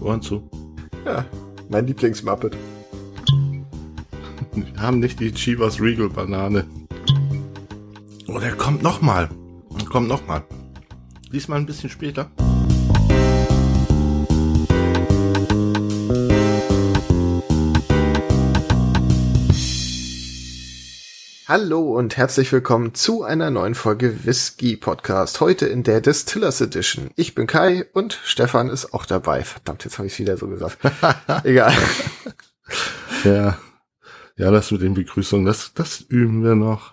Ohren zu. Ja, mein Lieblingsmuppet. Wir haben nicht die Chivas Regal Banane. Oh, der kommt nochmal. Kommt nochmal. Diesmal ein bisschen später. Hallo und herzlich willkommen zu einer neuen Folge Whisky Podcast. Heute in der Distillers Edition. Ich bin Kai und Stefan ist auch dabei. Verdammt, jetzt habe ich es wieder so gesagt. Egal. Ja. Ja, das mit den Begrüßungen, das, das üben wir noch.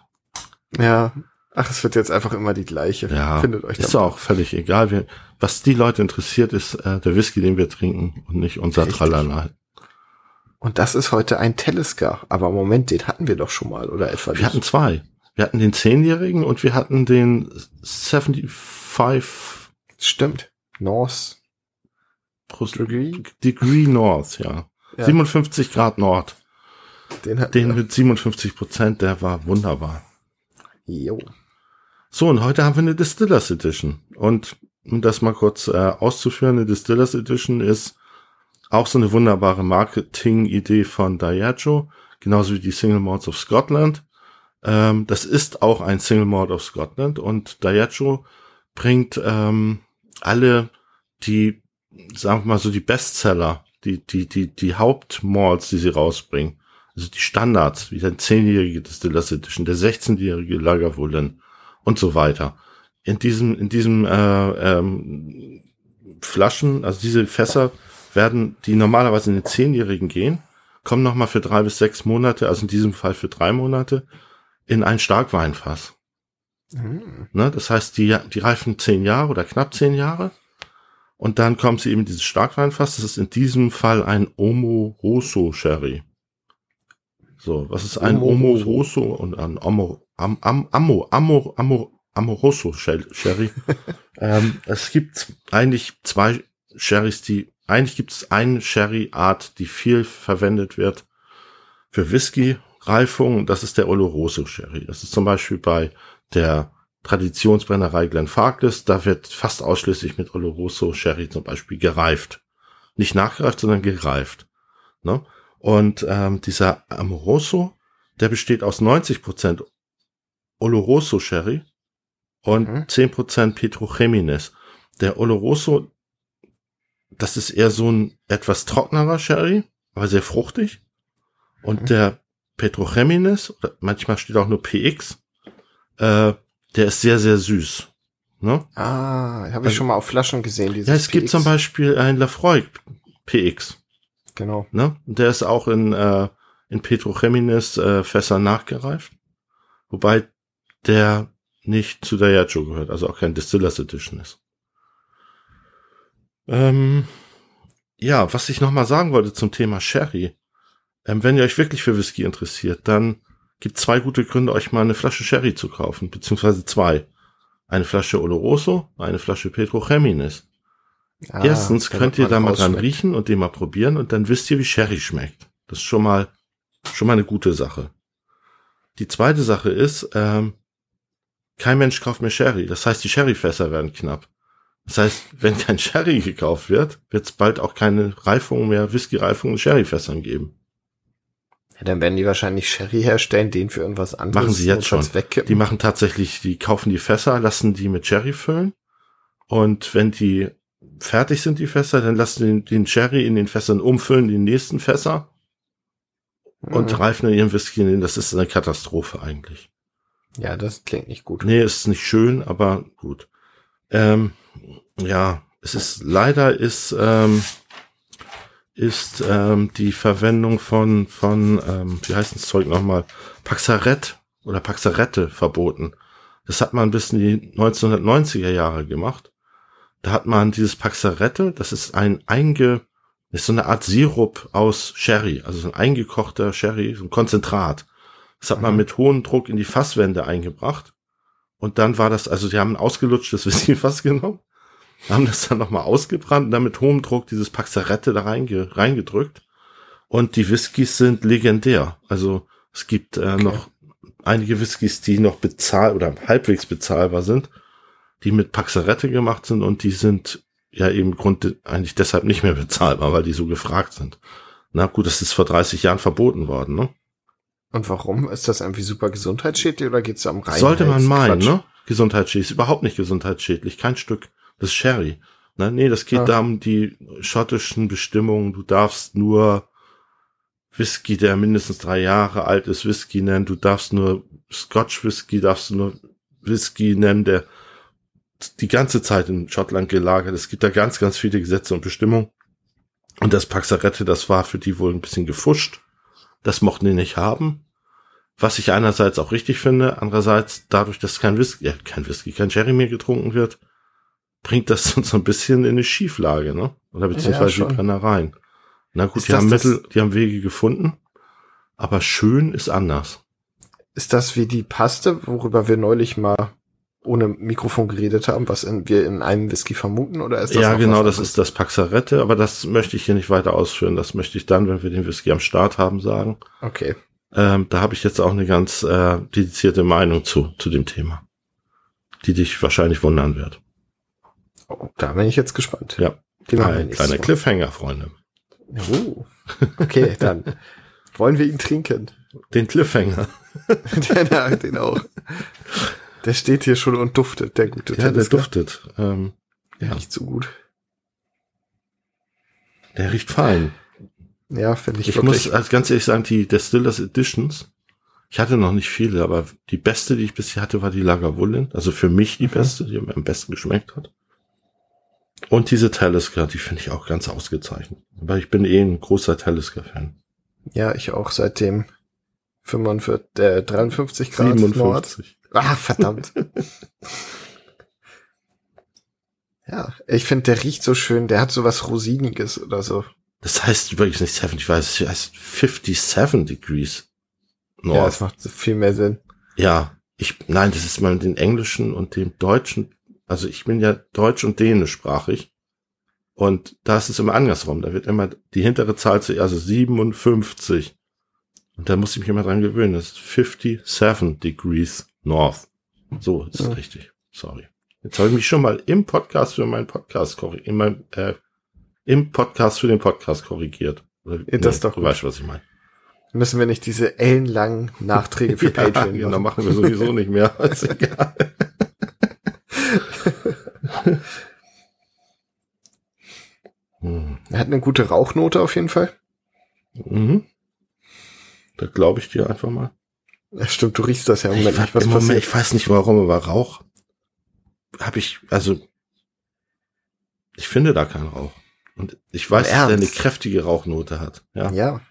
Ja. Ach, es wird jetzt einfach immer die gleiche. Ja, Findet euch ist da. auch völlig egal. Wir, was die Leute interessiert, ist äh, der Whisky, den wir trinken und nicht unser Richtig. Tralala. Und das ist heute ein Telescar. Aber Moment, den hatten wir doch schon mal, oder etwa Wir hatten zwei. Wir hatten den Zehnjährigen und wir hatten den 75 Stimmt. North Prost- Degree. Degree North, ja. Ja. 57 Grad Nord. Den hatten Den wir. mit 57 Prozent, der war wunderbar. Jo. So, und heute haben wir eine Distillers Edition. Und um das mal kurz äh, auszuführen, eine Distillers Edition ist auch so eine wunderbare Marketing-Idee von Diageo, genauso wie die Single Malts of Scotland. Ähm, das ist auch ein Single Malt of Scotland und Diageo bringt ähm, alle die, sagen wir mal so, die Bestseller, die, die, die, die Hauptmalls, die sie rausbringen. Also die Standards, wie der 10-jährige Distillers Edition, der 16-jährige Lagavulin und so weiter. In diesem, in diesem äh, ähm, Flaschen, also diese Fässer werden, die normalerweise in den Zehnjährigen gehen, kommen nochmal für drei bis sechs Monate, also in diesem Fall für drei Monate, in ein Starkweinfass. Hm. Ne? Das heißt, die, die reifen zehn Jahre oder knapp zehn Jahre. Und dann kommt sie eben in dieses Starkweinfass. Das ist in diesem Fall ein Omoroso Sherry. So, was ist ein Omoroso. Omoroso und ein Omo, am, am, Amo, Amo, Amo, Amoroso Shell- Sherry? ähm, es gibt eigentlich zwei Sherrys, die, eigentlich gibt es eine Sherry-Art, die viel verwendet wird für Whisky-Reifung. Und das ist der Oloroso Sherry. Das ist zum Beispiel bei der Traditionsbrennerei Glenfarclas, da wird fast ausschließlich mit Oloroso Sherry zum Beispiel gereift. Nicht nachgereift, sondern gereift. Ne? Und ähm, dieser Amoroso, der besteht aus 90% Oloroso Sherry und Mhm. 10% Petrochemines. Der Oloroso, das ist eher so ein etwas trockenerer Sherry, aber sehr fruchtig. Und Mhm. der Petrochemines, oder manchmal steht auch nur PX, äh, der ist sehr, sehr süß. Ne? Ah, habe ich Also- schon mal auf Flaschen gesehen. Dieses Ja, es gibt PX. zum Beispiel ein Lafroy PX. Genau. Ne? Und Der ist auch in, äh, in Petrochemines äh, Fässern nachgereift. Wobei der nicht zu der Yacho gehört, also auch kein Distillers Edition ist. Ähm, ja, was ich nochmal sagen wollte zum Thema Sherry. Ähm, wenn ihr euch wirklich für Whisky interessiert, dann gibt zwei gute Gründe, euch mal eine Flasche Sherry zu kaufen, beziehungsweise zwei. Eine Flasche Oloroso, eine Flasche Petrochemines. Ah, Erstens damit könnt ihr man da mal dran rausschmeckt. riechen und den mal probieren und dann wisst ihr, wie Sherry schmeckt. Das ist schon mal, schon mal eine gute Sache. Die zweite Sache ist, ähm, kein Mensch kauft mehr Sherry. Das heißt, die Sherryfässer werden knapp. Das heißt, wenn kein Sherry gekauft wird, wird es bald auch keine Reifung mehr, Whisky-Reifung in Sherryfässern geben. Ja, dann werden die wahrscheinlich Sherry herstellen, den für irgendwas anderes. Machen sie jetzt notfalls schon. Wegkippen. Die machen tatsächlich, die kaufen die Fässer, lassen die mit Sherry füllen und wenn die fertig sind, die Fässer, dann lassen die den, den Sherry in den Fässern umfüllen, die nächsten Fässer und Mhm. reifen in ihren Whisky hin. Das ist eine Katastrophe eigentlich. Ja, das klingt nicht gut. Nee, ist nicht schön, aber gut. Ähm, ja, es ist leider ist ähm, ist ähm, die Verwendung von von ähm, wie heißt das Zeug nochmal Paxarett oder Paxarette verboten. Das hat man bis in die 1990er Jahre gemacht. Da hat man dieses Paxarette, das ist ein einge ist so eine Art Sirup aus Sherry, also so ein eingekochter Sherry, so ein Konzentrat. Das hat man Mhm. mit hohem Druck in die Fasswände eingebracht. Und dann war das, also die haben ein ausgelutschtes Whisky-Fass genommen, haben das dann nochmal ausgebrannt und dann mit hohem Druck dieses Paxarette da reinge, reingedrückt. Und die Whiskys sind legendär. Also es gibt äh, Okay. noch einige Whiskys, die noch bezahl oder halbwegs bezahlbar sind, die mit Paxarette gemacht sind und die sind ja eben Grund eigentlich deshalb nicht mehr bezahlbar, weil die so gefragt sind. Na gut, das ist vor 30 Jahren verboten worden, ne? Und warum? Ist das irgendwie super gesundheitsschädlich oder geht's da um rein? Sollte man meinen, ne? Gesundheitsschädlich. Ist überhaupt nicht gesundheitsschädlich. Kein Stück. Das ist Sherry. Ne? Nee, das geht Ah. da um die schottischen Bestimmungen. Du darfst nur Whisky, der mindestens drei Jahre alt ist, Whisky nennen. Du darfst nur Scotch Whisky, darfst du nur Whisky nennen, der die ganze Zeit in Schottland gelagert ist. Es gibt da ganz, ganz viele Gesetze und Bestimmungen. Und das Paxarette, das war für die wohl ein bisschen gefuscht. Das mochten die nicht haben. Was ich einerseits auch richtig finde, andererseits dadurch, dass kein Whisky, ja, kein Whisky, kein Sherry mehr getrunken wird, bringt das uns so ein bisschen in eine Schieflage, ne? Oder beziehungsweise schon. die Brennereien. Na gut, Ist die das haben das- Mittel, die haben Wege gefunden, aber schön ist anders. Ist das wie die Paste, worüber wir neulich mal ohne Mikrofon geredet haben, was in, wir in einem Whisky vermuten, oder ist das Ja, noch genau, was das anderes? ist das Paxarette, aber das möchte ich hier nicht weiter ausführen. Das möchte ich dann, wenn wir den Whisky am Start haben, sagen. Okay. Ähm, da habe ich jetzt auch eine ganz äh, dedizierte Meinung zu, zu dem Thema, die dich wahrscheinlich wundern wird. Oh, da bin ich jetzt gespannt. Ja. Die machen wir Ein nächstes kleiner Mal. Cliffhanger, Freunde. Oh. Okay, dann wollen wir ihn trinken. Den Cliffhanger. den, ja, den auch. Der steht hier schon und duftet, der gute Ja, der Tennisker. duftet. Ähm, Der ja. riecht so gut. der riecht fein. Ja, finde ich, Ich, muss als ganz ehrlich sagen, die Distillers Editions, ich hatte noch nicht viele, aber die beste, die ich bisher hatte, war die Lagavulin. Also für mich die beste, die mir am besten geschmeckt hat. Und diese Talisker, die finde ich auch ganz ausgezeichnet. Weil ich bin eh ein großer Talisker-Fan. Ja, ich auch seitdem 45, äh, 53 Grad Nord. 57. Ah, verdammt. ja, ich finde, der riecht so schön. Der hat so was Rosiniges oder so. Das heißt übrigens nicht 70, ich weiß, es heißt 57 Degrees Ja, North. das macht so viel mehr Sinn. Ja, ich, nein, das ist mal mit den Englischen und dem Deutschen. Also ich bin ja deutsch und dänischsprachig. Und da ist es immer andersrum. Da wird immer die hintere Zahl zu, also 57. Und da muss ich mich immer dran gewöhnen. Das ist 57 degrees north. So ist Ja. richtig. Sorry. Jetzt habe ich mich schon mal im Podcast für meinen Podcast korrigiert. In meinem, äh, im Podcast für den Podcast korrigiert. Oder, Ja, das ist doch du gut. weißt, was ich meine. Müssen wir nicht diese ellenlangen Nachträge für Ja, Patreon genau, machen. machen wir sowieso nicht mehr. Ist egal. Hm. Er hat eine gute Rauchnote auf jeden Fall. mhm. Da glaube ich dir einfach mal. Ja, stimmt, du riechst das ja im Ich, Moment nicht, weiß- was im passiert. Moment, ich weiß nicht warum, aber Rauch habe ich, also ich finde da keinen Rauch. Und ich weiß, dass der eine Ernst? kräftige Rauchnote hat. Ja. Ja.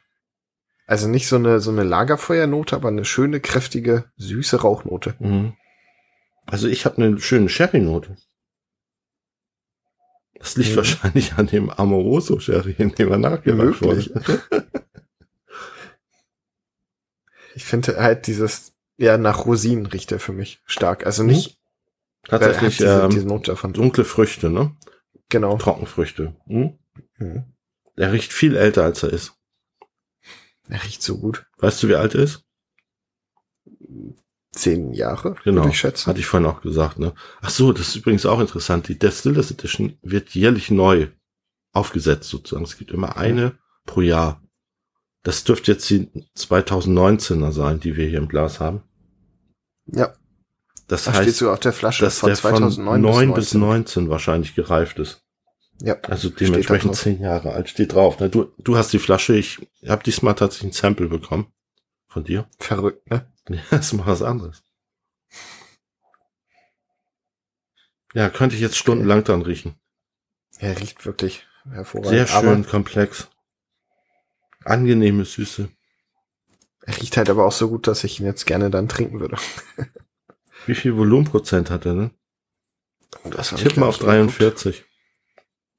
Also nicht so eine, so eine Lagerfeuernote, aber eine schöne, kräftige, süße Rauchnote. Mhm. Also ich habe eine schöne Sherry-Note. Das liegt Mhm. wahrscheinlich an dem Amoroso-Sherry, in dem er nachgemacht Möglich. wurde. Ich finde halt dieses, ja, nach Rosinen riecht er für mich stark. Also nicht, er Mhm. Tatsächlich diese, diese ähm, Note davon. dunkle Früchte, ne? Genau. Trockenfrüchte. Mhm. Mhm. Er riecht viel älter, als er ist. Er riecht so gut. Weißt du, wie alt er ist? Zehn Jahre, Genau. würde ich schätzen. Hatte ich vorhin auch gesagt, ne? Ach so, das ist übrigens auch interessant. Die Distillers Edition wird jährlich neu aufgesetzt sozusagen. Es gibt immer eine pro Jahr. Das dürfte jetzt die 2019er sein, die wir hier im Glas haben. ja, Das da steht heißt, sogar auf der Flasche dass von der von 2009 9 bis bis 19. 19 wahrscheinlich gereift ist. Ja, Also da dementsprechend drauf. zehn Jahre alt steht drauf. ne? Du, du hast die Flasche, ich habe diesmal tatsächlich ein Sample bekommen von dir. verrückt, ne? Ja, Das ist mal was anderes. Ja, könnte ich jetzt stundenlang dran riechen. Er riecht wirklich Sehr hervorragend. schön, komplex. Angenehme Süße. Aber er riecht halt aber auch so gut, dass ich ihn jetzt gerne dann trinken würde. Wie viel Volumenprozent hat er, ne? Das hab ich Tipp mal gar auf nicht geguckt. 43.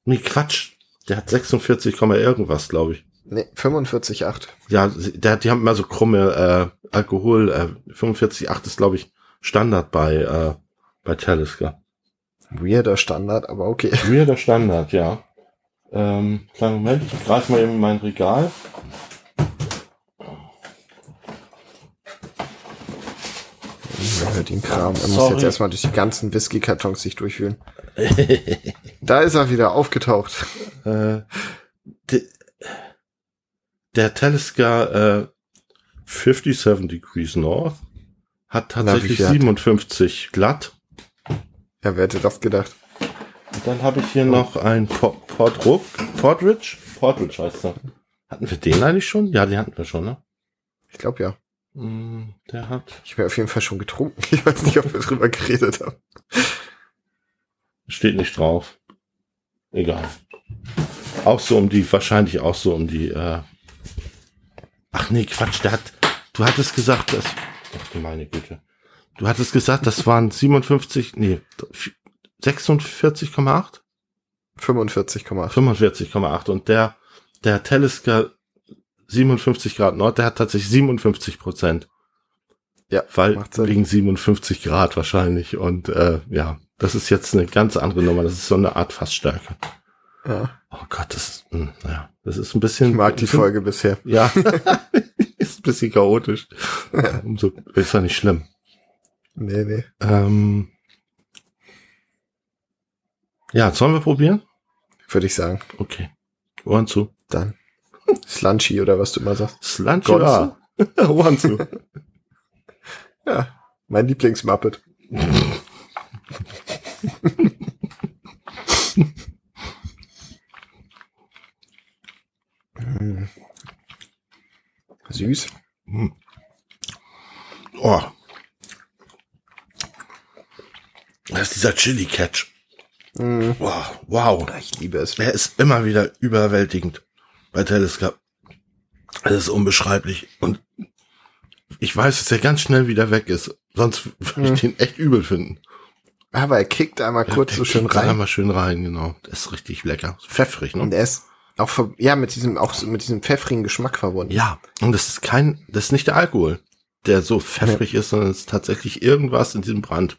Nee, Quatsch. Der hat 46, Komma irgendwas, glaube ich. Nee, 45,8. Ja, sie- der, die haben immer so krumme äh, Alkohol. Äh, 45,8 ist, glaube ich, Standard bei, äh, bei Talisker. Weirder Standard, aber okay. Weirder Standard, ja. Ähm, kleinen Moment, ich greife mal eben in mein Regal. Ja, den Kram. Er muss Sorry. jetzt erstmal durch die ganzen Whisky-Kartons sich durchwühlen. Da ist er wieder aufgetaucht. Äh, de, der Talisker äh, 57 Degrees North hat Na, wie tatsächlich viel hat er? 57 glatt. Ja, wer hätte das gedacht? Und dann habe ich hier noch ein Po- Portruck, Portridge. Portridge heißt er. Hatten wir den eigentlich schon? Ja, den hatten wir schon, ne? Ich glaube ja. Mm, Der hat. Ich wäre auf jeden Fall schon getrunken. Ich weiß nicht, ob wir drüber geredet haben. Steht nicht drauf. Egal. Auch so um die, wahrscheinlich auch so um die. Äh Ach nee, Quatsch, der hat. Du hattest gesagt, das. Ach du meine Güte. Du hattest gesagt, das waren 57, nee, 46,8? 45,8. 45,8 und der, der Talisker 57 Grad Nord, der hat tatsächlich 57 Prozent, Ja, weil macht Sinn. wegen 57 Grad wahrscheinlich und äh, ja, das ist jetzt eine ganz andere Nummer, das ist so eine Art Fassstärke. Ja. Oh Gott, das ist, mh, ja, das ist ein bisschen. Ich mag die Folge bisher. Ja, ist ein bisschen chaotisch. Umso, ist ja nicht schlimm. Nee, nee. Ähm, ja, sollen wir probieren? Würde ich sagen. Okay. Ohren zu. Dann. Slunchy oder was du immer sagst. Slanchula. Ohren zu. Ja. Mein Lieblingsmuppet. Hm. Süß. Oh. Das ist dieser Chili Catch. Hm. Wow, wow. Ich liebe es. Er ist immer wieder überwältigend bei Telescope. Es ist unbeschreiblich. Und ich weiß, dass er ganz schnell wieder weg ist. Sonst würde ich den echt übel finden. Aber er kickt einmal kurz Der so schön kickt da rein. Mal schön rein, genau. Das ist richtig lecker. Pfeffrig, ne? Und er ist auch, ver- ja, mit diesem, auch so mit diesem pfeffrigen Geschmack verbunden. Ja, und das ist kein, das ist nicht der Alkohol, der so pfeffrig ist, sondern es ist tatsächlich irgendwas in diesem Brand.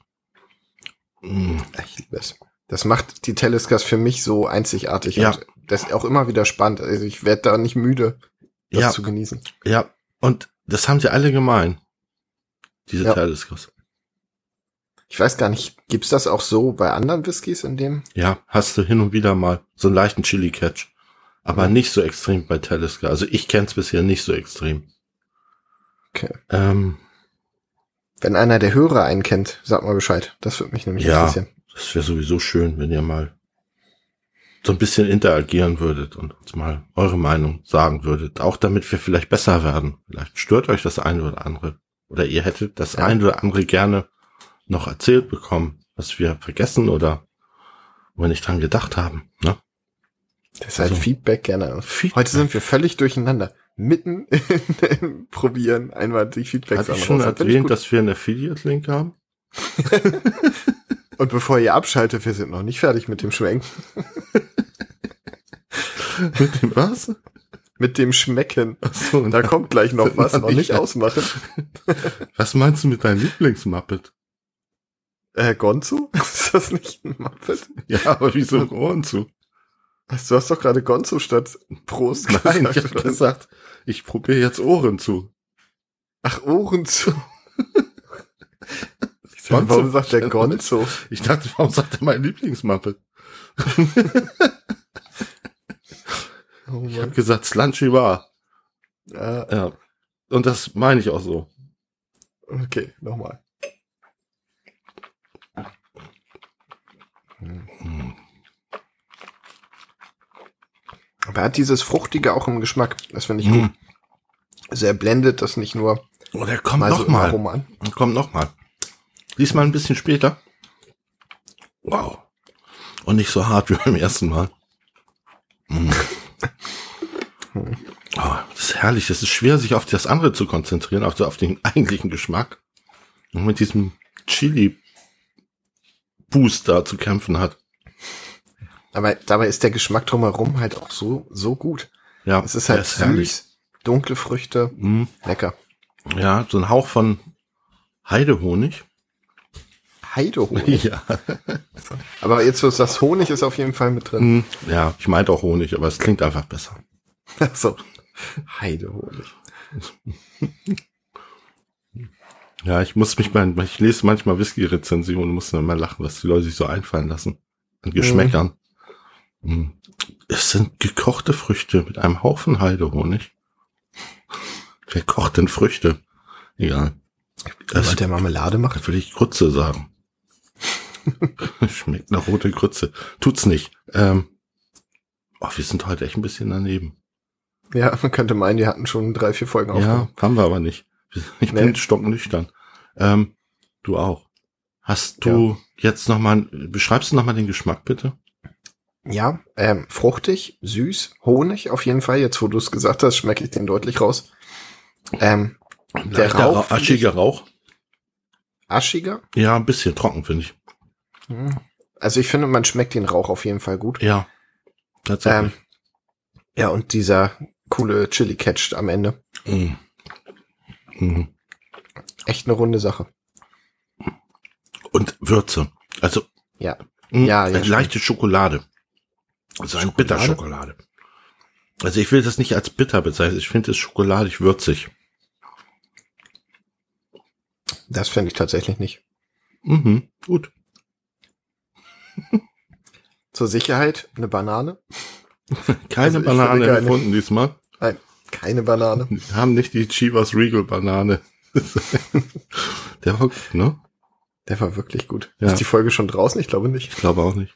Mm. Ich liebe es. Das macht die Telescas für mich so einzigartig. Ja. Und das ist auch immer wieder spannend. Also ich werde da nicht müde, das Ja. zu genießen. Ja, und das haben sie alle gemein. Diese Ja. ja. Taliskers. Ich weiß gar nicht, gibt's das auch so bei anderen Whiskys in dem? Ja, hast du hin und wieder mal so einen leichten Chili-Catch. Aber nicht so extrem bei Talisker. Also ich kenn's bisher nicht so extrem. Okay. Ähm, Wenn einer der Hörer einen kennt, sag mal Bescheid. Das würde mich nämlich Ja. interessieren. das wäre sowieso schön, wenn ihr mal so ein bisschen interagieren würdet und uns mal eure Meinung sagen würdet. Auch damit wir vielleicht besser werden. Vielleicht stört euch das eine oder andere. Oder ihr hättet das Ja. eine oder andere gerne noch erzählt bekommen, was wir vergessen oder wo wir nicht dran gedacht haben. Ne? Deshalb Also- halt Feedback gerne. Feedback. Heute sind wir völlig durcheinander. Mitten im Probieren einmal die Feedbacks Hatte ich schon anrufen. Finde ich erwähnt, gut. dass wir einen Affiliate-Link haben? Und bevor ihr abschaltet, wir sind noch nicht fertig mit dem Schwenken. Mit dem was? Mit dem Schmecken. Achso, Da kommt gleich noch was, Noch noch nicht. nicht ausmachen. was meinst du mit deinem Lieblingsmuppet? Äh, Gonzo? Ist das nicht ein Muppet? Ja, aber wieso im Ohren zu? Also, du hast doch gerade Gonzo statt Prost Nein, ich gesagt. habe oder? gesagt, ich probiere jetzt Ohren zu. Ach, Ohren zu. Ich dachte, Warum sagt der Gonzo? Ich dachte, warum sagt er mein Lieblingsmuppet? Oh Ich habe Mann. gesagt, Slunchy war. Ah, Ja. Und das meine ich auch so. okay, nochmal. Aber er hat dieses Fruchtige auch im Geschmack. Das finde Hm. ich Mhm. gut. Also er blendet das nicht nur Und er Oh, kommt mal so im nochmal. Aroma an. Und Komm nochmal. Diesmal ein bisschen später. Wow. Und nicht so hart wie beim ersten Mal. Mm. Oh, das ist herrlich. Es ist schwer, sich auf das andere zu konzentrieren, auf, auf den eigentlichen Geschmack. Und mit diesem Chili-Boost da zu kämpfen hat. Aber dabei ist der Geschmack drumherum halt auch so, so gut. Ja, Es ist halt der süß, dunkle Früchte, Mm. lecker. Ja, so ein Hauch von Heidehonig. Heidehonig. Aber jetzt, wo du sagst, Honig ist auf jeden Fall mit drin. Mm. Ja, ich meinte auch Honig, aber es klingt einfach besser. Hm. Also, Heidehonig. Ja, ich muss mich mal, ich lese manchmal Whisky-Rezensionen und muss dann immer lachen, was die Leute sich so einfallen lassen. An Geschmäckern. Hm. Es sind gekochte Früchte mit einem Haufen Heidehonig. Wer kocht denn Früchte? Egal. Das- Jemand, der Marmelade macht. Dann würde ich Grütze sagen. Schmeckt nach rote Grütze. Tut's nicht. Ähm, oh, wir sind heute echt ein bisschen daneben. Ja, man könnte meinen, die hatten schon drei, vier Folgen Ja, aufgenommen. haben wir aber nicht. Ich Nee. bin stocknüchtern. Ähm, du auch. Hast du jetzt nochmal, beschreibst du nochmal den Geschmack bitte? Ja, ähm, fruchtig, süß, Honig auf jeden Fall. Jetzt, wo du es gesagt hast, schmecke ich den deutlich raus. Ähm, Der Leichter, Rauch, finde aschiger Äh, Rauch. aschiger. Ja, ein bisschen trocken, finde ich. Hm. Also ich finde, man schmeckt den Rauch auf jeden Fall gut. Ja. Tatsächlich. Ähm, ja, und dieser coole Chili-Catch am Ende. Ähm, Mm. Mhm. Echt eine runde Sache. Und Würze. Also. Ja. Mm, Ja, ja, leichte Schokolade. Also ein Bitterschokolade. Also ich will das nicht als bitter bezeichnen. Ich finde es schokoladig würzig. Das fände ich tatsächlich nicht. Mhm. Gut. Zur Sicherheit eine Banane. Keine Also ich Banane finde keine. gefunden diesmal. Nein, keine Banane. Die haben nicht die Chivas Regal Banane. Der war gut, ne? Der war wirklich gut. Ja. Ist die Folge schon draußen? Ich glaube nicht. Ich glaube auch nicht.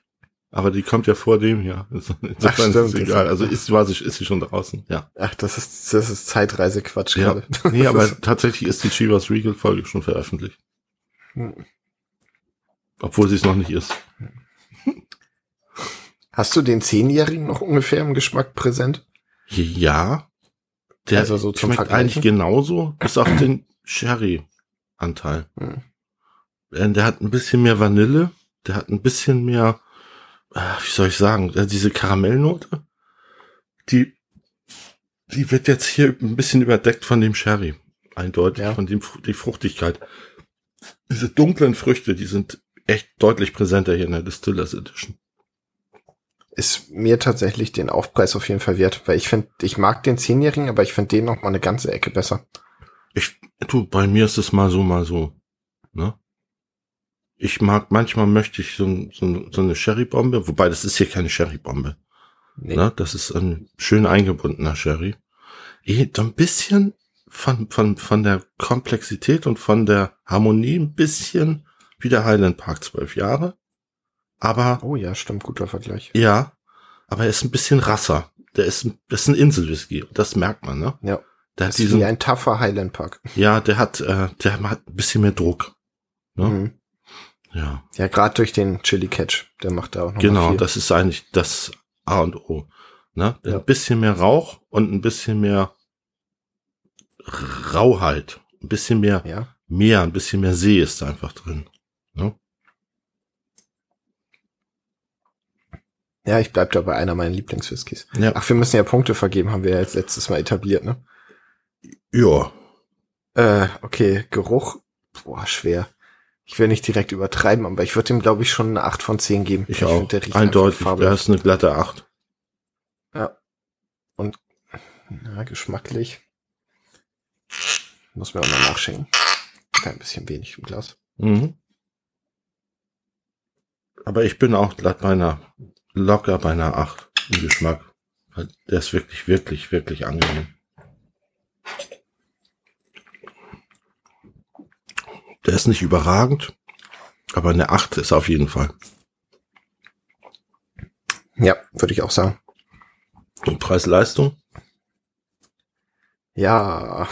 Aber die kommt ja vor dem hier. Also Insofern ist es stimmt. egal. Also ist, war sie, ist sie schon draußen, ja. Ach, das ist, das ist Zeitreise-Quatsch Ja. gerade. Nee, aber tatsächlich ist die Chivas Regal Folge schon veröffentlicht. Hm. Obwohl sie es noch nicht ist. Hast du den Zehnjährigen noch ungefähr im Geschmack präsent? Ja. Der Also so zum schmeckt Vergleichen? eigentlich genauso, bis auf den Sherry-Anteil. Hm. Äh, Der hat ein bisschen mehr Vanille, der hat ein bisschen mehr, äh, wie soll ich sagen, äh, diese Karamellnote, die, die wird jetzt hier ein bisschen überdeckt von dem Sherry. Eindeutig, Ja. von dem, Fru- die Fruchtigkeit. Diese dunklen Früchte, die sind echt deutlich präsenter hier in der Distillers Edition. Ist mir tatsächlich den Aufpreis auf jeden Fall wert, weil ich finde, ich mag den Zehnjährigen, aber ich finde den noch mal eine ganze Ecke besser. Ich, du, bei mir ist es mal so, mal so. Ne? Ich mag, manchmal möchte ich so, ein- so, ein- so eine Sherry-Bombe, wobei das ist hier keine Sherry-Bombe. Nee. Ne? Das ist ein schön eingebundener Sherry. Eh, So ein bisschen von, von, von der Komplexität und von der Harmonie ein bisschen wie der Highland Park zwölf Jahre. Aber Oh ja, stimmt, guter Vergleich. ja, aber er ist ein bisschen rasser. Der ist, ein- das ist ein Inselwhisky. Das merkt man, ne? Ja. Der hat Das ist wie diesen, ein tougher Highland Park. ja, der hat, äh, der hat ein bisschen mehr Druck. Ja. Mhm. Ja, Ja, gerade durch den Chili Catch, der macht da auch noch mal genau. viel. Das ist eigentlich das A und O. Ne? Ja. Ein bisschen mehr Rauch und ein bisschen mehr Rauheit. Ein bisschen mehr Ja, Meer, ein bisschen mehr See ist da einfach drin. ja, ich bleib da bei einer meiner Lieblingswhiskys. Ja. Ach, wir müssen ja Punkte vergeben, haben wir ja jetzt letztes Mal etabliert, ne? Ja. Äh, okay, Geruch, boah, schwer. Ich will nicht direkt übertreiben, aber ich würde dem, glaube ich, schon eine 8 von 10 geben. Ich, find, auch. der riecht Eindeutig. einfach Da fabelhaft. ist eine glatte Acht. Ja, geschmacklich. Muss mir auch noch nachschenken. Ein bisschen wenig im Glas. Mhm. Aber ich bin auch glatt bei einer, locker bei einer Acht im Geschmack. Der ist wirklich, wirklich, wirklich angenehm. Der ist nicht überragend, aber eine Acht ist auf jeden Fall. Ja, würde ich auch sagen. Und Preis-Leistung? Ja.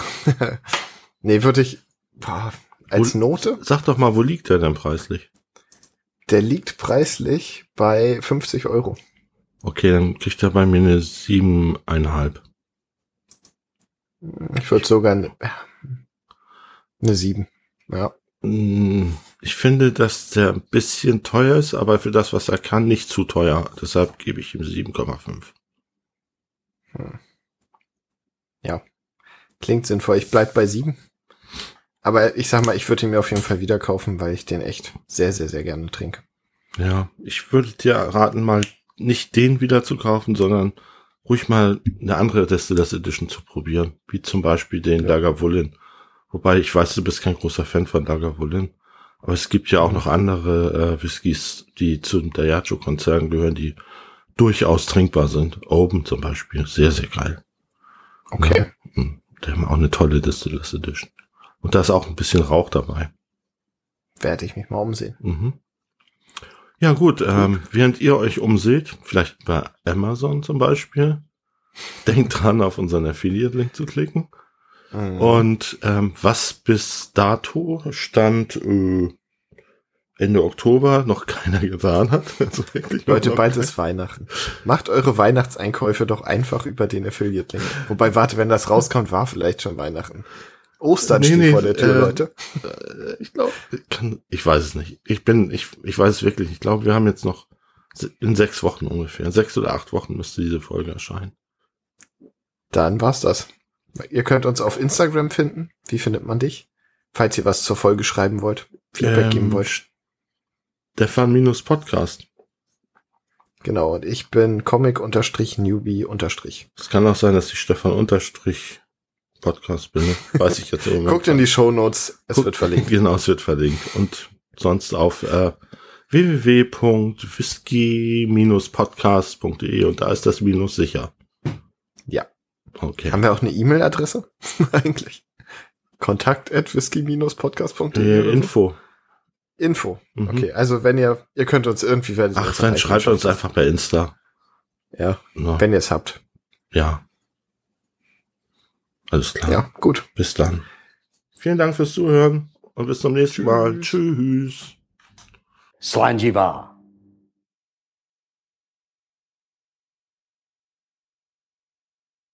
nee, würde ich, boah, als Wohl- Note, Sag doch mal, wo liegt der denn preislich? der liegt preislich bei 50 Euro. Okay, dann kriegt er bei mir eine siebeneinhalb. Ich würde sogar eine, eine 7. Ja. Mm, Ich finde, dass der ein bisschen teuer ist, aber für das, was er kann, nicht zu teuer. Deshalb gebe ich ihm 7,5. Klingt sinnvoll. Ich bleib bei sieben. Aber ich sag mal, ich würde ihn mir auf jeden Fall wieder kaufen, weil ich den echt sehr, sehr, sehr gerne trinke. Ja, ich würde dir raten, mal nicht den wieder zu kaufen, sondern ruhig mal eine andere Destillers Edition zu probieren, wie zum Beispiel den Ja. Lagavulin. Wobei ich weiß, du bist kein großer Fan von Lagavulin, aber es gibt ja auch noch andere äh, Whiskys, die zum Diageo-Konzern gehören, die durchaus trinkbar sind. Oben zum Beispiel, sehr, sehr geil. Okay. Ja, mm. die haben auch eine tolle Distillers Edition. Und da ist auch ein bisschen Rauch dabei. Werde ich mich mal umsehen. Mhm. Ja gut, ähm, während ihr euch umseht, vielleicht bei Amazon zum Beispiel, denkt dran, auf unseren Affiliate-Link zu klicken. Mhm. Und ähm, was bis dato stand äh, Ende Oktober noch keiner getan hat. Also wirklich noch- Leute, noch- bald ist Weihnachten. Macht eure Weihnachtseinkäufe doch einfach über den Affiliate-Link. Wobei, warte, wenn das rauskommt, war vielleicht schon Weihnachten. Ostern Nee, steht nee, vor der Tür, äh, Leute. Äh, Ich glaube, kann, ich weiß es nicht. Ich bin, ich, ich weiß es wirklich. Ich glaube, wir haben jetzt noch se- in sechs Wochen ungefähr, in sechs oder acht Wochen müsste diese Folge erscheinen. Dann war's das. Ihr könnt uns auf Instagram finden. Wie findet man dich? Falls ihr was zur Folge schreiben wollt, Feedback Ähm, geben wollt. Stefan minus Podcast. Genau, und ich bin Comic-Newbie-. Es kann auch sein, dass ich Stefan unterstrich Podcast bin. ne? Weiß ich jetzt im Moment. Guckt in die Shownotes, es Guck- wird verlinkt. Genau, es wird verlinkt. Und sonst auf äh, www.whisky-podcast.de und da ist das Minus sicher. Ja. Okay. Haben wir auch eine E-Mail-Adresse? Eigentlich. Kontakt at whisky-podcast.de. Äh, oder so? Info. Info. Mhm. Okay, also wenn ihr, ihr könnt uns irgendwie werdet ihr Ach, uns dann erreichen. schreibt uns einfach bei Insta. Ja, Na, wenn ihr es habt. ja. Alles klar. Ja, gut. Bis dann. Vielen Dank fürs Zuhören und bis zum nächsten Mal. Tschüss. Slanjiva.